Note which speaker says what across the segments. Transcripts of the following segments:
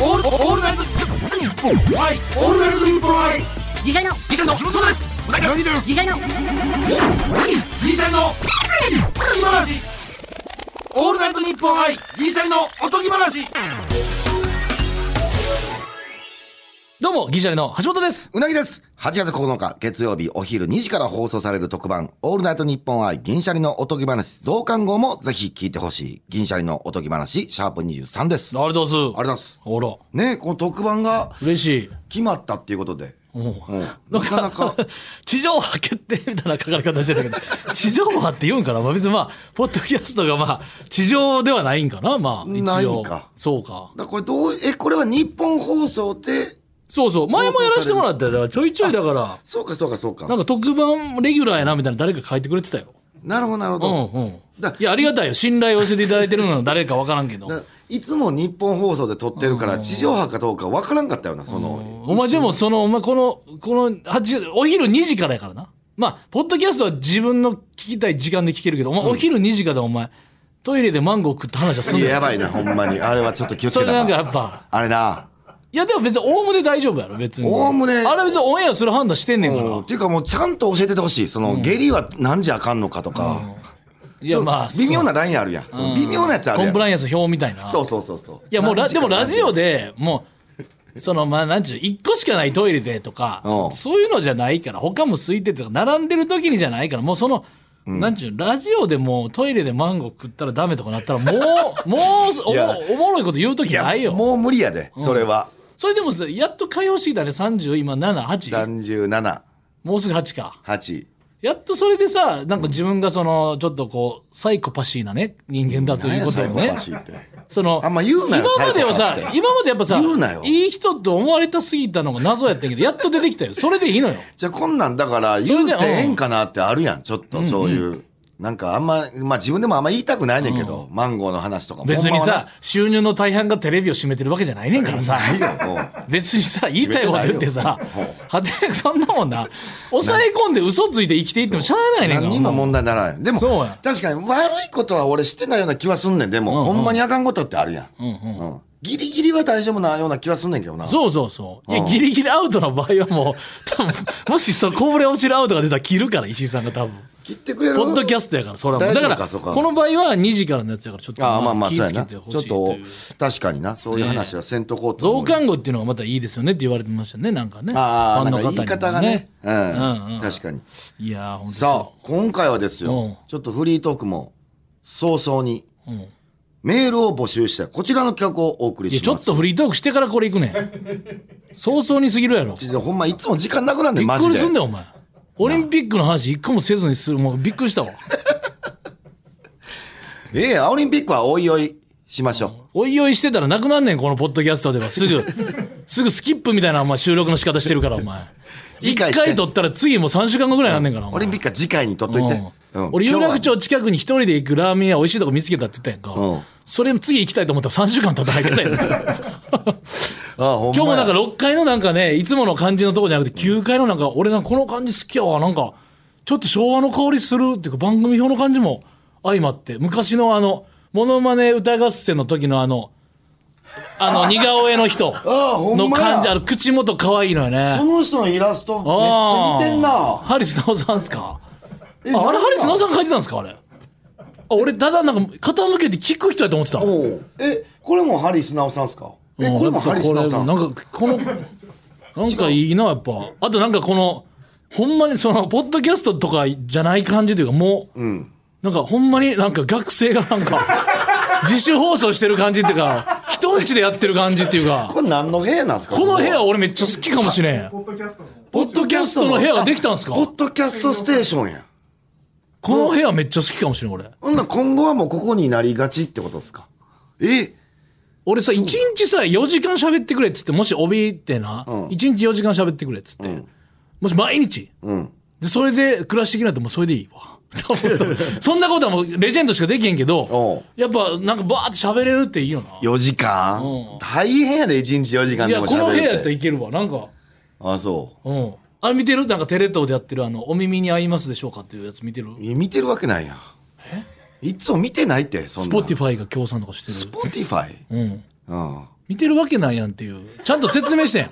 Speaker 1: オールオールナイトニッポンはいオールナイトニッポンはい
Speaker 2: ギシャリの
Speaker 1: ギシャリのそうです何です
Speaker 2: ギシャリの
Speaker 1: ギシャリのおとぎ話オールナイトニッポン愛ギシャリのおとぎ話
Speaker 3: どうも、ギシャリの橋本です。
Speaker 4: うなぎです。8月9日、月曜日お昼2時から放送される特番、オールナイトニッポン愛銀シャリのおとぎ話増刊号もぜひ聞いてほしい。銀シャリのおとぎ話、シャープ23です。あ
Speaker 3: ありがとうござい
Speaker 4: りがとうござい
Speaker 3: ま。
Speaker 4: ますす。
Speaker 3: ほら、
Speaker 4: ねえこの特番が
Speaker 3: 嬉しい。
Speaker 4: 決まったっていうことで。うん
Speaker 3: な
Speaker 4: なんかなか、
Speaker 3: 地上波決定みたいな書かれ方してたけど、地上波って言うんかなまあ別にまあ、ポッドキャストがまあ、地上ではないんかなまあ、一応。
Speaker 4: ないんか
Speaker 3: そうか。
Speaker 4: だこれどう、え、これは日本放送で、
Speaker 3: そうそう。前もやらせてもらったよ。だからちょいちょいだから、
Speaker 4: そうかそうかそうか。
Speaker 3: なんか特番レギュラーやなみたいな誰か書いてくれてたよ。
Speaker 4: なるほどなるほ
Speaker 3: うん
Speaker 4: ど。
Speaker 3: うん。
Speaker 4: だ
Speaker 3: いや、ありがたいよ。信頼を寄せていただいてるのは誰かわからんけど。
Speaker 4: だいつも日本放送で撮ってるから、地上波かどうかわからんかったよな、その。
Speaker 3: お前でもその、お前この、この、8お昼2時からやからな。まあ、ポッドキャストは自分の聞きたい時間で聞けるけど、お前お昼2時からお前、トイレでマンゴー食った話はすん
Speaker 4: い
Speaker 3: だ
Speaker 4: や、
Speaker 3: よ。
Speaker 4: やばいな、ほんまに。あれはちょっと気をつ
Speaker 3: そ
Speaker 4: け
Speaker 3: れ
Speaker 4: た
Speaker 3: なんかや
Speaker 4: わ
Speaker 3: っぱ、
Speaker 4: あれな。
Speaker 3: いやでも別におおむね大丈夫やろ、別に。
Speaker 4: おおむね
Speaker 3: あれ別にオンエアする判断してんねんか
Speaker 4: うん
Speaker 3: ら
Speaker 4: っ。ていうかもうちゃんと教えててほしい。その、下痢は何時あかんのかとか。
Speaker 3: いやまあ、
Speaker 4: 微妙なラインあるやん。その微妙なやつあ
Speaker 3: コ
Speaker 4: るや
Speaker 3: ン
Speaker 4: ん
Speaker 3: プ。ライアンス表みたいな。
Speaker 4: そうそうそうそう。
Speaker 3: いやもうラ、
Speaker 4: 何時
Speaker 3: で
Speaker 4: か
Speaker 3: も
Speaker 4: ら
Speaker 3: ラ
Speaker 4: 何時
Speaker 3: ジオで、もう、その、まあ、なんちゅう、一個しかないトイレでとか
Speaker 4: う、ん
Speaker 3: そういうのじゃないから、他も空いててとか、並んでる時にじゃないから、もうその、なんちゅう、ラジオでもうトイレでマンゴー食ったらダメとかなったら、も う、もうお
Speaker 4: いや
Speaker 3: も、おもろいこと言う時
Speaker 4: いや
Speaker 3: ないよ。
Speaker 4: もう無理やで、それは。
Speaker 3: それでもさ、やっと会話してきたね、30、今、7、8。
Speaker 4: 37、
Speaker 3: もうすぐ8か。
Speaker 4: 8。
Speaker 3: やっとそれでさ、なんか自分がその、ちょっとこう、サイコパシーなね、人間だということを
Speaker 4: 何
Speaker 3: ね
Speaker 4: や。最後の話って
Speaker 3: その、
Speaker 4: あんま言うなよ
Speaker 3: 今まではさ
Speaker 4: サイコパスっ、て
Speaker 3: 今までやっぱさ、
Speaker 4: 言うなよ
Speaker 3: いい人と思われたすぎたのが謎やった んやけど、やっと出てきたよ。それでいいのよ。
Speaker 4: じゃあこんなんだから
Speaker 3: それ
Speaker 4: 言
Speaker 3: で
Speaker 4: うてええんかなってあるやん。ちょっとそういう。なんかあんま、まあ自分でもあんま言いたくないねんけど、マンゴーの話とかも
Speaker 3: 別に
Speaker 4: ほんまは
Speaker 3: さ、収入の大半がテレビを占めてるわけじゃないねんからさ。
Speaker 4: なないよ、もう。
Speaker 3: 別にさ、言いたいこと言ってさ
Speaker 4: 占めてないよ、
Speaker 3: はてなそんなもんな、抑え込んで嘘ついて生きていってもしゃあないねんから。
Speaker 4: 何にも問題ならない。でも
Speaker 3: そうや、
Speaker 4: 確かに悪いことは俺してないような気はすんねん。でも、ほんまにあかんことってあるやん。うんギリギリは大丈夫なような気はすんねんけどな。
Speaker 3: そうそうそう。いや、
Speaker 4: うん
Speaker 3: ギリギリアウトの場合はもう、多分もしそのこぼれ落ちるアウトが出たら切るから、石井さんが多分。
Speaker 4: 切ってくれる
Speaker 3: ポッドキャストやから、それはもう。だ
Speaker 4: 大丈夫
Speaker 3: か
Speaker 4: か
Speaker 3: ら、
Speaker 4: そうか
Speaker 3: この場合は2時からのやつやから、ちょっと
Speaker 4: ああ、まあまあ、
Speaker 3: 気
Speaker 4: そう
Speaker 3: を
Speaker 4: や
Speaker 3: つけ
Speaker 4: な。
Speaker 3: て
Speaker 4: ちょ
Speaker 3: ほ
Speaker 4: っ
Speaker 3: しいと
Speaker 4: と
Speaker 3: いう。、
Speaker 4: 確かにな。そういう話はせんとこうと思
Speaker 3: 増
Speaker 4: う。
Speaker 3: 刊号っていうのがまたいいですよねって言われてましたね、なんかね。
Speaker 4: ああ、なんか
Speaker 3: に
Speaker 4: 言
Speaker 3: も
Speaker 4: い方がね。う
Speaker 3: うんうん
Speaker 4: ん。確かに。
Speaker 3: いやー、ほんと
Speaker 4: さあ、今回はです
Speaker 3: うん
Speaker 4: よ。ちょっとフリートークも、早々に、
Speaker 3: う。うん、い
Speaker 4: メールを募集して、こちらの企画をお送りし
Speaker 3: や、
Speaker 4: ま
Speaker 3: ちょ
Speaker 4: す。
Speaker 3: っとフリートークしてからこれ行くねん。早々に過ぎるやろ。
Speaker 4: ちょ。ほんま、いつも時間なくなんね
Speaker 3: び
Speaker 4: ん、
Speaker 3: っ
Speaker 4: マ
Speaker 3: く
Speaker 4: ジ
Speaker 3: り
Speaker 4: で。
Speaker 3: すんだよ、お前。オリンピックの話一個もせずにする。もうびっくりしたわ。
Speaker 4: ええ、オリンピックはおいおいしましょう。
Speaker 3: おいおいしてたらなくなんねん、このポッドキャストでは。すぐ、 すぐスキップみたいなお前収録の仕方してるから、お前。一
Speaker 4: 理解して
Speaker 3: 回取ったら次もう3週間後ぐらいなんねんから、お前
Speaker 4: オリンピックは次回にとっといて。
Speaker 3: う
Speaker 4: うんん
Speaker 3: 俺、有楽。
Speaker 4: 今
Speaker 3: 町近くに一人で行くラーメン屋美味しいとこ見つけたって言ったやんか。
Speaker 4: うん
Speaker 3: それ次行きたいと思ったら3週間経たないから やん
Speaker 4: 日はあ、ほん
Speaker 3: 今
Speaker 4: ま
Speaker 3: 日もなんか
Speaker 4: や
Speaker 3: 6階のなんかね、いつもの感じのとこじゃなくて9階のなんか、俺なんかこの感じ好きやわ。なんか、ちょっと昭和の香りするっていうか番組表の感じも相まって、昔のあの、モノマネ歌合戦の時のあの、あの、似顔絵の人
Speaker 4: あほんまや
Speaker 3: の感じ、あの、口元可愛いのよね。
Speaker 4: その人のイラストめっちゃ似てん
Speaker 3: あー
Speaker 4: な。
Speaker 3: ハリス・ナオさんっすか
Speaker 4: え
Speaker 3: ああれ
Speaker 4: なんか
Speaker 3: ハリス・ナオさんが書いてたんですかあれあ俺ただなんか傾けて聞く人やと思ってた
Speaker 4: おうえ、これもハリスナオさんですかえ、これもハリスナオさん。
Speaker 3: な
Speaker 4: なん
Speaker 3: かこのなんかいいなやっぱあとなんかこのほんまにそのポッドキャストとかじゃない感じというかもう、なんかほんまになんか学生がなん か自主放送してる感じっていうか人んちでやってる感じっていうか
Speaker 4: これ何の部屋なんですか
Speaker 3: この部屋
Speaker 4: は
Speaker 3: 俺めっちゃ好きかもしれん
Speaker 4: ポッドキャスト
Speaker 3: ポッドキャストの部屋ができたんすか
Speaker 4: あポッドキャストステーションや。
Speaker 3: この部屋めっちゃ好きかもしれん俺
Speaker 4: ほんなら今後はもうここになりがちってことですかえ
Speaker 3: 俺さ、1日さ、4時間喋ってくれっつって、もし帯ってな、
Speaker 4: うん
Speaker 3: 一1日4時間喋ってくれっつって、もし毎日、
Speaker 4: うん。
Speaker 3: で、それで暮らしていけないともうそれでいいわ。 多分そうそんなことはもうレジェンドしかできへんけど
Speaker 4: お、
Speaker 3: やっぱなんかバーって喋れるっていいよな。
Speaker 4: 4時間大変やで、1日4時間
Speaker 3: い
Speaker 4: で
Speaker 3: や、
Speaker 4: も
Speaker 3: この
Speaker 4: 喋
Speaker 3: 部
Speaker 4: る
Speaker 3: 屋やっ
Speaker 4: っ
Speaker 3: たら
Speaker 4: て。
Speaker 3: いけるわ。なんか、
Speaker 4: あ、そ
Speaker 3: うん。あれ見てるなんかテレ東でやってるあの、お耳に合いますでしょうかっていうやつ見てる
Speaker 4: う。いや見てるわけないやん。いつも見てないって、そん
Speaker 3: ス
Speaker 4: な。
Speaker 3: ポティファイが協賛とかして
Speaker 4: ス
Speaker 3: る。
Speaker 4: ポティファイ
Speaker 3: うん。
Speaker 4: うん。
Speaker 3: 見てるわけないやんっていうちゃんと説明してん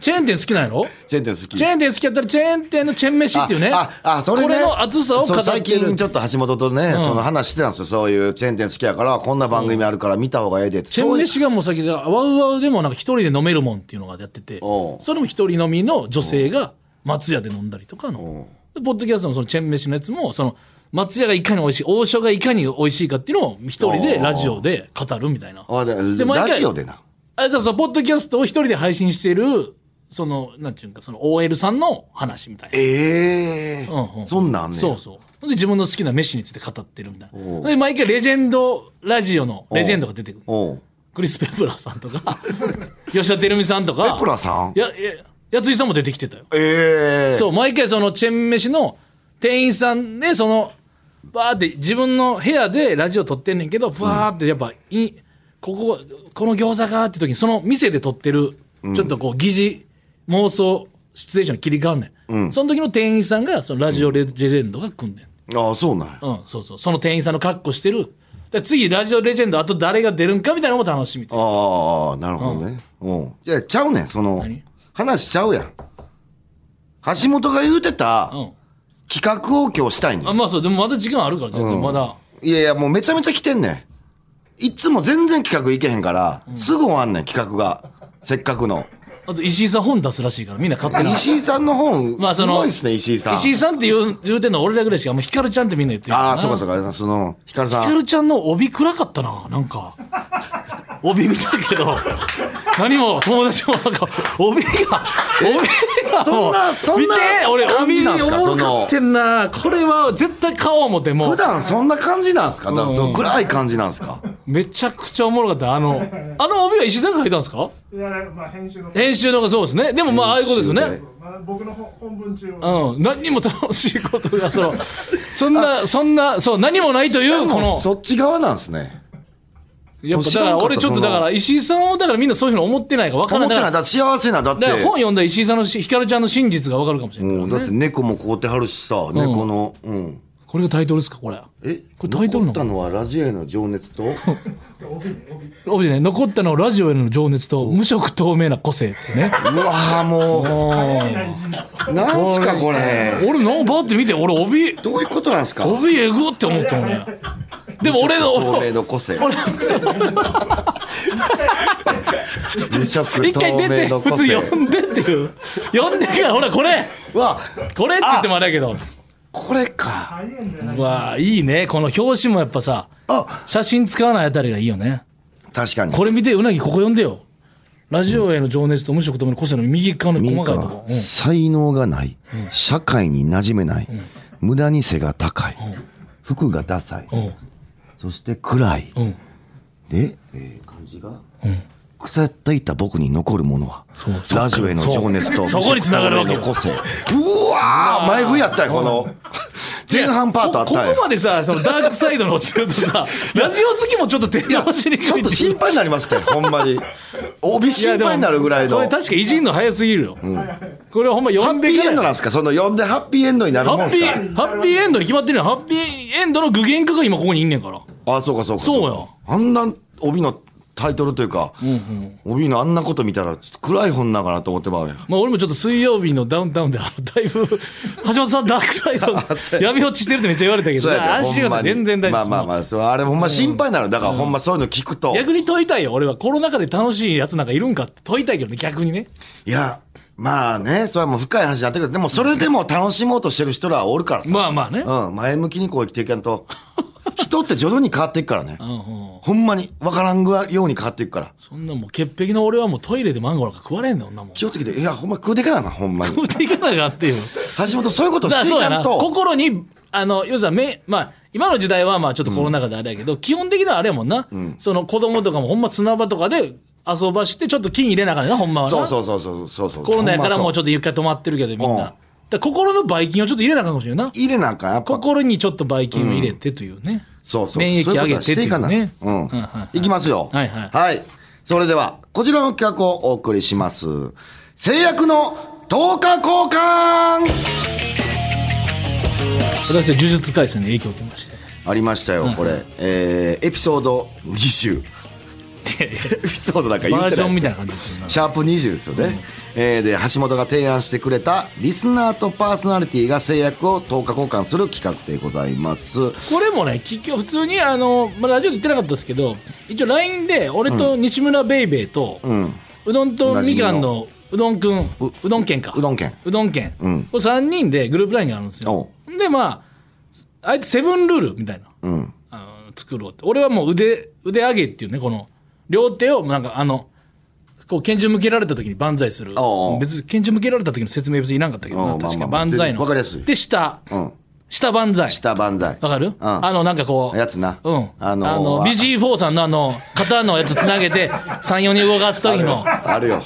Speaker 3: チェーン店好きなんやろ
Speaker 4: チェーン店好き
Speaker 3: チェーン店好きやったらチェーン店のチェーン飯っていうね
Speaker 4: あああそれね
Speaker 3: これの熱さを語って
Speaker 4: そう
Speaker 3: る
Speaker 4: 最近ちょっと橋本とね、その話してたんですよそういうチェーン店好きやからこんな番組あるから見た方がええでって
Speaker 3: チェン
Speaker 4: そうい
Speaker 3: メ
Speaker 4: う
Speaker 3: シがもう先でワウワウでもなんか一人で飲めるもんっていうのがやってて
Speaker 4: お
Speaker 3: そうれも一人飲みの女性が松屋で飲んだりとかのでポッドキャストのそのチェーンメシのやつもその松屋がいかに美味しい王将がいかに美味しいかっていうのを一人でラジオで語るみたいな
Speaker 4: あで
Speaker 3: で毎
Speaker 4: ラ
Speaker 3: 回
Speaker 4: ジオでな
Speaker 3: あそうそうポッドキャストを一人で配信してるそのなんていうんかその OL さんの話みたいな
Speaker 4: ええ
Speaker 3: うんうん
Speaker 4: そんなんあんねん
Speaker 3: そうそうで自分の好きな飯について語ってるみたい
Speaker 4: おう
Speaker 3: なで毎回レジェンドラジオのレジェンドが出てくる
Speaker 4: おう
Speaker 3: クリス・ペプラーさんとか 吉田照美さんとか
Speaker 4: ペプラーさん
Speaker 3: いやいややついさんも出てきてたよ、
Speaker 4: ええ
Speaker 3: そう毎回そのチェン飯の店員さんでそのバーって自分の部屋でラジオ撮ってんねんけどふわーってやっぱい、こここの餃子かって時にその店で撮ってるちょっとこう疑似妄想シチュエーションに切り替わんねん、その時の店員さんがそのラジオレジェンドが組んでん
Speaker 4: あそうなんや
Speaker 3: うん、そうそう。その店員さんの格好してる。で次、ラジオレジェンド、あと誰が出るんかみたいなのも楽しみたい。
Speaker 4: ああなるほどねうんじゃあちゃうねんその
Speaker 3: 何
Speaker 4: 話ちゃうやん橋本が言うてた
Speaker 3: うん。
Speaker 4: 企画を今日したいねん
Speaker 3: あ、まあそう、でもまだ時間あるから、全然、まだ。
Speaker 4: いやいや、もうめちゃめちゃ来てんねん。いつも全然企画いけへんから、すぐ終わんねん、企画が。せっかくの。
Speaker 3: あと、石井さん本出すらしいから、みんな買ってない。
Speaker 4: 石井さんの本、
Speaker 3: まあ
Speaker 4: す
Speaker 3: その
Speaker 4: ごいっすね、石井さん。
Speaker 3: 石井さんって言う言うてんのは俺らぐらいしか、もうヒカルちゃんってみんな言ってる
Speaker 4: ああ、そうかそううか、その、ヒカルさ
Speaker 3: ヒカ
Speaker 4: ん。
Speaker 3: ルちゃんの帯暗かったな、なん か。帯見たけど、何も友達もなんか、帯が、帯がもう、
Speaker 4: そんなそんな
Speaker 3: 見て、俺、
Speaker 4: 感
Speaker 3: 帯
Speaker 4: じ
Speaker 3: に
Speaker 4: なんす
Speaker 3: お
Speaker 4: か
Speaker 3: もろかってんな。これは絶対買おう思って、もう
Speaker 4: 普。段そんな感じなんすかだからその暗い感じなんすか
Speaker 3: めちゃくちゃおもろかったあのあの帯は石井さんが書いたんですか
Speaker 2: いや、まあ、編集の、
Speaker 3: 編集の方がそうですねでもまあああいうことですよね
Speaker 2: まあ、僕の本本文中は、
Speaker 3: うん何にも楽しいことがそうそんなそんなそう何もないというこ
Speaker 4: も
Speaker 3: の
Speaker 4: うそっち側なんすね。
Speaker 3: やっぱだか
Speaker 4: もう知らん
Speaker 3: ら
Speaker 4: かった
Speaker 3: 俺ちょっと
Speaker 4: そんな
Speaker 3: だから石井さんをだからみんなそういうふうに思ってないか分か
Speaker 4: 思
Speaker 3: ら
Speaker 4: って
Speaker 3: ない
Speaker 4: ない。だ
Speaker 3: だか
Speaker 4: から幸せな、だって
Speaker 3: ら。本読んだ石井さんのしひかるちゃんの真実が分かるかもしれない
Speaker 4: もうだって猫も凍ってはるしさ、猫の、うん。
Speaker 3: これがタイトルですかこれ
Speaker 4: え
Speaker 3: これタイトルな
Speaker 4: 残
Speaker 3: の
Speaker 4: ったのはラジエの情熱と、
Speaker 3: 帯じゃない残ったのはラジオへの情熱と無色透明な個性ってね
Speaker 4: うわ ぁ、もう、なんすかこれ。
Speaker 3: 俺のバーって見て俺帯
Speaker 4: どういうことなんですか
Speaker 3: 帯えぐって思ったもんねでも俺の
Speaker 4: 透明の個性。 美食
Speaker 3: 一回
Speaker 4: 透
Speaker 3: 出
Speaker 4: 明
Speaker 3: て
Speaker 4: の
Speaker 3: 普
Speaker 4: 個
Speaker 3: 通
Speaker 4: 性。
Speaker 3: 呼んでっていう呼んでからほらこれ
Speaker 4: わ、
Speaker 3: これって言ってもあれやけど
Speaker 4: これか。
Speaker 2: 大変だよね。
Speaker 3: うわあいいねこの表紙もやっぱさ
Speaker 4: あ、
Speaker 3: 写真使わないあたりがいいよね
Speaker 4: 確かに。
Speaker 3: これ見てうなぎここ呼んでよラジオへの情熱と無色ともの個性の右側の細かいとこ、うん
Speaker 4: 才能がない。社会に馴染めない。無駄に背が高い。服がダサい。そして暗い。
Speaker 3: うん、
Speaker 4: で、えー漢字が、腐っていた僕に残るものは
Speaker 3: そう、
Speaker 4: ラジオへの情熱と、
Speaker 3: そこに繋がるわけよ
Speaker 4: 無色透明の個性。うわー前振りやったよ、この。前半パートあっ
Speaker 3: こ
Speaker 4: たん
Speaker 3: こ
Speaker 4: や
Speaker 3: こまでさそのダークサイドの落ちてるとさラジオ好きもちょっと手
Speaker 4: いや、
Speaker 3: 直しにくい
Speaker 4: ちょっ
Speaker 3: て
Speaker 4: と
Speaker 3: いう
Speaker 4: 心配になりましたよ、ほんまに。帯心配になるぐらいの。
Speaker 3: これ
Speaker 4: ハ
Speaker 3: 確かいじんの早すぎるよ、これはほんま呼ん
Speaker 4: ッピ
Speaker 3: で
Speaker 4: ー
Speaker 3: か
Speaker 4: エンド
Speaker 3: ら
Speaker 4: なんですかその呼んでハッピーエンドになる
Speaker 3: ハ
Speaker 4: もん
Speaker 3: ッ
Speaker 4: す
Speaker 3: ピ
Speaker 4: か
Speaker 3: ー、ハッピーエンドに決まってるやん。ハッピーエンドの具現化が今ここにいんねんから。
Speaker 4: あ、そうかそうか。
Speaker 3: そうや
Speaker 4: かあんな帯のタイトルというか、帯のあんなこと見たら、ちょっと暗い本なんかなと思ってまうやん。
Speaker 3: まあ俺もちょっと水曜日のダウンタウンで、あのだいぶ、橋本さんダークサイ ド
Speaker 4: そうや
Speaker 3: 闇落ちしてるってめっちゃ言われたけど、
Speaker 4: そうや
Speaker 3: 安心し
Speaker 4: で
Speaker 3: て
Speaker 4: ほん
Speaker 3: くだ
Speaker 4: ま
Speaker 3: さい
Speaker 4: に
Speaker 3: 全然大丈
Speaker 4: ま
Speaker 3: 夫
Speaker 4: あまあまあ、そうあれほんま心配なの。だからほんまそういうの聞くと。
Speaker 3: 逆に問いたいよ。俺はコロナ禍で楽しいやつなんかいるんかって問いたいけどね、逆にね。
Speaker 4: いや、まあね、それはもう深い話になってくる。でもそれでも楽しもうとしてる人らはおるからさ。
Speaker 3: まあまあね。
Speaker 4: うん、前向きにこう生きていかんと。人って徐々に変わっていくからね。ほんまに分からんように変わっていくから。
Speaker 3: そんなもう潔癖の俺はもうトイレでマンゴーなんか食われんねん、女 もん。
Speaker 4: 気をつけて、いや、ほんま食うていかなあかん、ほんまに。
Speaker 3: 食うていかなあかんっていう。
Speaker 4: 橋本、そういうこと
Speaker 3: だか
Speaker 4: し
Speaker 3: ら そ
Speaker 4: てい
Speaker 3: うや
Speaker 4: かん
Speaker 3: な。
Speaker 4: と。
Speaker 3: 心に、あの、要はめ、まあ、今の時代はまあちょっとコロナ禍であれやけど、基本的にはあれやもんな、その子供とかもほんま砂場とかで遊ばして、ちょっと金入れなあかんねんな、ほんまはな。
Speaker 4: そうそうそうそうそうそう。
Speaker 3: コロナやからもう
Speaker 4: ち
Speaker 3: ち
Speaker 4: ょっと。
Speaker 3: ょっと一回止まってるけど、みんな。
Speaker 4: うん
Speaker 3: だから心のばい菌をちょっと入れなあかんかもしれんな。
Speaker 4: 入れなあかん、やっぱ。
Speaker 3: 心にちょっとばい菌を入れてというね。
Speaker 4: そうそう。
Speaker 3: 免疫上げて
Speaker 4: そう
Speaker 3: と
Speaker 4: い
Speaker 3: いう
Speaker 4: こと
Speaker 3: う
Speaker 4: はしてい
Speaker 3: ね
Speaker 4: か。な。うん
Speaker 3: はいはいは。い
Speaker 4: いきますよ。
Speaker 3: はいはい
Speaker 4: それでは、こちらの企画をお送りします。制約の10日交換
Speaker 3: 私は呪術廻戦に影響を受けまして。
Speaker 4: ありましたよ、これ。えーエピソード20。 エピソードなんか言っ
Speaker 3: バージ
Speaker 4: てないですよ
Speaker 3: ョンみたいな感じですよね
Speaker 4: シャープ20ですよね、えーで橋本が提案してくれたリスナーとパーソナリティが制約を10日交換する企画でございます
Speaker 3: これもね結局普通にあの、まあ、ラジオで言ってなかったですけど一応 LINE で俺と西村ベイベーと、う
Speaker 4: うん
Speaker 3: どんとみかんのうどんくんうどん県か
Speaker 4: うどん県
Speaker 3: うどん県、
Speaker 4: うん
Speaker 3: これ3人でグループ LINE があるんですよ
Speaker 4: お
Speaker 3: でまああえてセブンルールみたいな
Speaker 4: うん
Speaker 3: あの作ろうって俺はもう腕腕上げっていうねこの両手をなんかあのこう拳銃向けられた時に万歳する
Speaker 4: おうおう
Speaker 3: 別に拳銃向けられた時の説明別にいらんかったけど
Speaker 4: おう
Speaker 3: な確
Speaker 4: ま
Speaker 3: か
Speaker 4: あ
Speaker 3: に
Speaker 4: まあまあ
Speaker 3: 万歳の
Speaker 4: わかりやすい
Speaker 3: で下
Speaker 4: うん
Speaker 3: 下万歳
Speaker 4: 下万歳
Speaker 3: わかる、あのなんかこう
Speaker 4: やつな
Speaker 3: うん
Speaker 4: あ
Speaker 3: あ
Speaker 4: のー
Speaker 3: のビジーフォーさんのあの肩のやつつなげて34 人動かす
Speaker 4: あ
Speaker 3: 時
Speaker 4: る
Speaker 3: の
Speaker 4: よあ るよ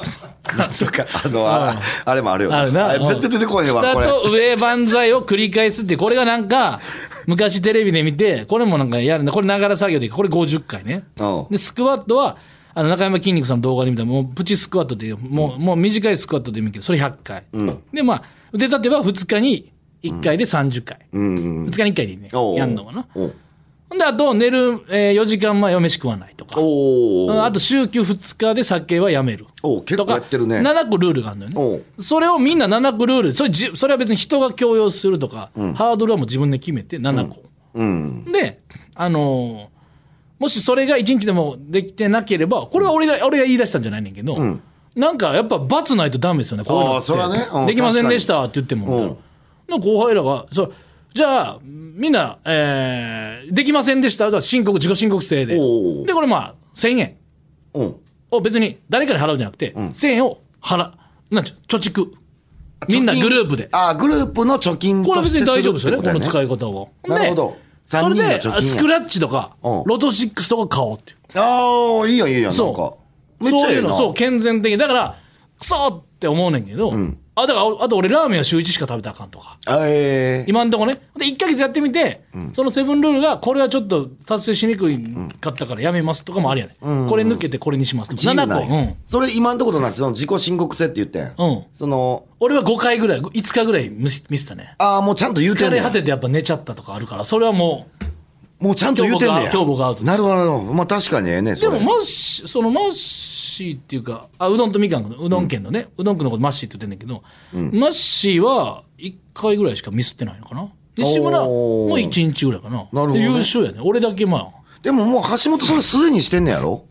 Speaker 4: そっかあのああれもあるよ
Speaker 3: あるな
Speaker 4: あれ絶対出てこへんわ
Speaker 3: 下
Speaker 4: これ
Speaker 3: と上万歳を繰り返すってこれがなんか昔テレビで見てこれもなんかやるんだこれながら作業でこれ50回ね
Speaker 4: うん
Speaker 3: でスクワットはあの中山筋肉さんの動画で見たもうプチスクワットでもう,、もう短いスクワットで見るけどそれ100回、でまあ腕立ては2日に1回で30回、
Speaker 4: うんうん
Speaker 3: 2日に1回でいいね
Speaker 4: おう
Speaker 3: やんのかな
Speaker 4: おう
Speaker 3: ほんであと寝る、え4時間前は飯食わないとか
Speaker 4: お
Speaker 3: うん
Speaker 4: う
Speaker 3: あと週休2日で酒はやめる
Speaker 4: おう結
Speaker 3: と
Speaker 4: 構
Speaker 3: か
Speaker 4: やってるね
Speaker 3: 7個ルールがあるの
Speaker 4: お
Speaker 3: よ
Speaker 4: う
Speaker 3: ねそれをみんな7個ルールそれじそれは別に人が強要するとか、ハードルはもう自分で決めて7個、
Speaker 4: うん
Speaker 3: であのーもしそれが1日でもできてなければこれは俺が俺が言い出したんじゃないねんけど、なんかやっぱ罰ないとダメですよねこういうのっ
Speaker 4: あー
Speaker 3: て
Speaker 4: そらねうん
Speaker 3: できませんでしたって言っても、
Speaker 4: うん
Speaker 3: の後輩らがそうじゃあみんな、えーできませんでしたとは申告自己申告制で
Speaker 4: おう
Speaker 3: でこれまあ1000円
Speaker 4: おう
Speaker 3: を別に誰かに払うんじゃなくて、1000円を払なんちゅう貯蓄みんな
Speaker 4: 貯金
Speaker 3: グループで
Speaker 4: あグループの貯金として
Speaker 3: これは別に大丈夫ですよねこ
Speaker 4: するって
Speaker 3: の
Speaker 4: とや
Speaker 3: 使い方を
Speaker 4: なるほど
Speaker 3: それ
Speaker 4: 3
Speaker 3: で
Speaker 4: 人の貯金や
Speaker 3: スクラッチとか
Speaker 4: うん
Speaker 3: ロト6とか買おうっていう
Speaker 4: ああいいよいいよなんかめっち
Speaker 3: そ
Speaker 4: ゃ
Speaker 3: うい
Speaker 4: ええ
Speaker 3: う
Speaker 4: な
Speaker 3: のそう健全的だからクソって思うねんけど、あだからあと俺ラーメンは週1しか食べたらあかんとか
Speaker 4: ええ
Speaker 3: 今んとこねで1ヶ月やってみて、そのセブンルールがこれはちょっと達成しにくいかったからやめますとかもあるやね、んこれ抜けてこれにしますとか
Speaker 4: 自由な
Speaker 3: 7
Speaker 4: ん
Speaker 3: 個、う
Speaker 4: や
Speaker 3: ん、
Speaker 4: それ今のところなその自己申告制って言ってん、
Speaker 3: うん
Speaker 4: その
Speaker 3: 俺は5回ぐらい5日ぐらい見せ見せたね
Speaker 4: ああもうちゃんと言うて
Speaker 3: 疲
Speaker 4: ん
Speaker 3: れ
Speaker 4: ねや
Speaker 3: 果ててやっぱ寝ちゃったとかあるからそれはも
Speaker 4: もうちゃんと言うてんね
Speaker 3: 今
Speaker 4: や
Speaker 3: 日僕が今日僕がアウトです
Speaker 4: なるほどなるほどまあ確かにええね
Speaker 3: う
Speaker 4: そ
Speaker 3: で
Speaker 4: れ
Speaker 3: もマッシーそのマッシーっていうかあうどんとみかんのうどん県のね、うどんくんのことマッシーって言ってんだけど、マッシーは1回ぐらいしかミスってないのかな西村
Speaker 4: おー
Speaker 3: も1日ぐらいかな
Speaker 4: ほどね
Speaker 3: で優勝やね俺だけまあ
Speaker 4: でももう橋本それすでにしてんねやろ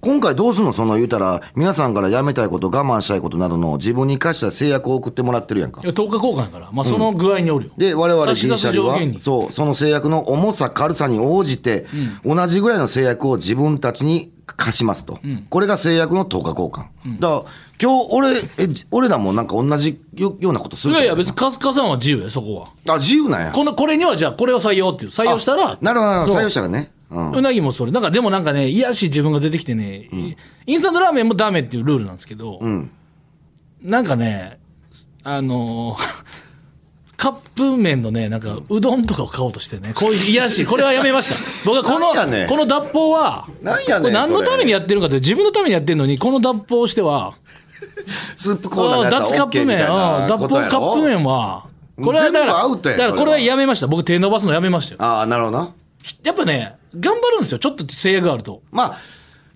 Speaker 4: 今回どうすんのその言うたら皆さんからやめたいこと我慢したいことなどの自分に課した制約を送ってもらってるやんか
Speaker 3: 10日交換やから、まあ、その具合におるよ、
Speaker 4: で我々
Speaker 3: 差し出
Speaker 4: 銀シ
Speaker 3: す
Speaker 4: ャリ
Speaker 3: 条
Speaker 4: は
Speaker 3: 件に
Speaker 4: そうその制約の重さ軽さに応じて、同じぐらいの制約を自分たちに課しますと、これが制約の等価交換、だから今日俺えじ俺らもなんか同じよようなことす
Speaker 3: い
Speaker 4: る
Speaker 3: やいや
Speaker 4: けど
Speaker 3: 別にカスカさんは自由やそこは
Speaker 4: あ自由なんや
Speaker 3: このこれにはじゃあこれを採用っていう採用したら
Speaker 4: なるほどなるほど
Speaker 3: そう
Speaker 4: 採用したらね、うん、
Speaker 3: うなぎもそれなんかでもなんかね癒やしい自分が出てきてね、いインスタントラーメンもダメっていうルールなんですけど、
Speaker 4: ん
Speaker 3: なんかねあのーカップ麺のねなんかうどんとかを買おうとしてねこういう癒やしいこれはやめました僕はこ
Speaker 4: なんやね
Speaker 3: の
Speaker 4: ん
Speaker 3: この脱法は
Speaker 4: なんやねん
Speaker 3: これ何
Speaker 4: そ
Speaker 3: の
Speaker 4: れ
Speaker 3: ためにやってるかって自分のためにやってるのにこの脱法をしては
Speaker 4: スープコーナーのや
Speaker 3: 脱
Speaker 4: つ
Speaker 3: カ
Speaker 4: は
Speaker 3: ッ
Speaker 4: OK
Speaker 3: プ
Speaker 4: み
Speaker 3: 麺
Speaker 4: たい
Speaker 3: うん
Speaker 4: な
Speaker 3: 脱
Speaker 4: こ
Speaker 3: 法
Speaker 4: とや
Speaker 3: カ
Speaker 4: ろ
Speaker 3: ップ麺はこれはだ
Speaker 4: 全
Speaker 3: か
Speaker 4: 部
Speaker 3: ら
Speaker 4: アウトや
Speaker 3: だ
Speaker 4: ん
Speaker 3: からこれ
Speaker 4: これは
Speaker 3: はやめました僕手伸ばすのやめましたよ
Speaker 4: ああなるほどな
Speaker 3: やっぱね頑張るんですよちょっと制約があると
Speaker 4: まあ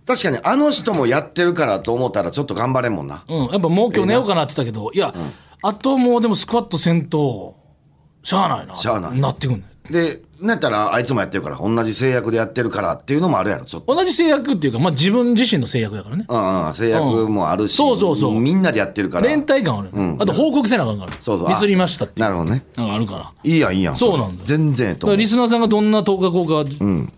Speaker 4: 確かにあの人もやってるからと思ったらちょっと頑張れんもんな
Speaker 3: うん、やっぱもう今日寝ようかなって言ったけど、いや、あともうでもスクワットせんと、しゃあないな。
Speaker 4: しゃあない
Speaker 3: なってくんねん
Speaker 4: でなんやったらあいつもやってるから同じ制約でやってるからっていうのもあるやろちょっと
Speaker 3: 同じ制約っていうか、まあ自分自身の制約だからね。
Speaker 4: うんうん、制約もあるし、
Speaker 3: そうそうそう
Speaker 4: みんなでやってるから。
Speaker 3: 連帯感ある、あと報告せなあかんから。
Speaker 4: そうそう
Speaker 3: ミスりましたっていう。
Speaker 4: なるほどね。
Speaker 3: なんかあるから。
Speaker 4: いいやん、いいやん。
Speaker 3: そうなんだよ
Speaker 4: 全然ええ
Speaker 3: だか
Speaker 4: と思
Speaker 3: ら
Speaker 4: う
Speaker 3: リスナーさんがどんな投下効果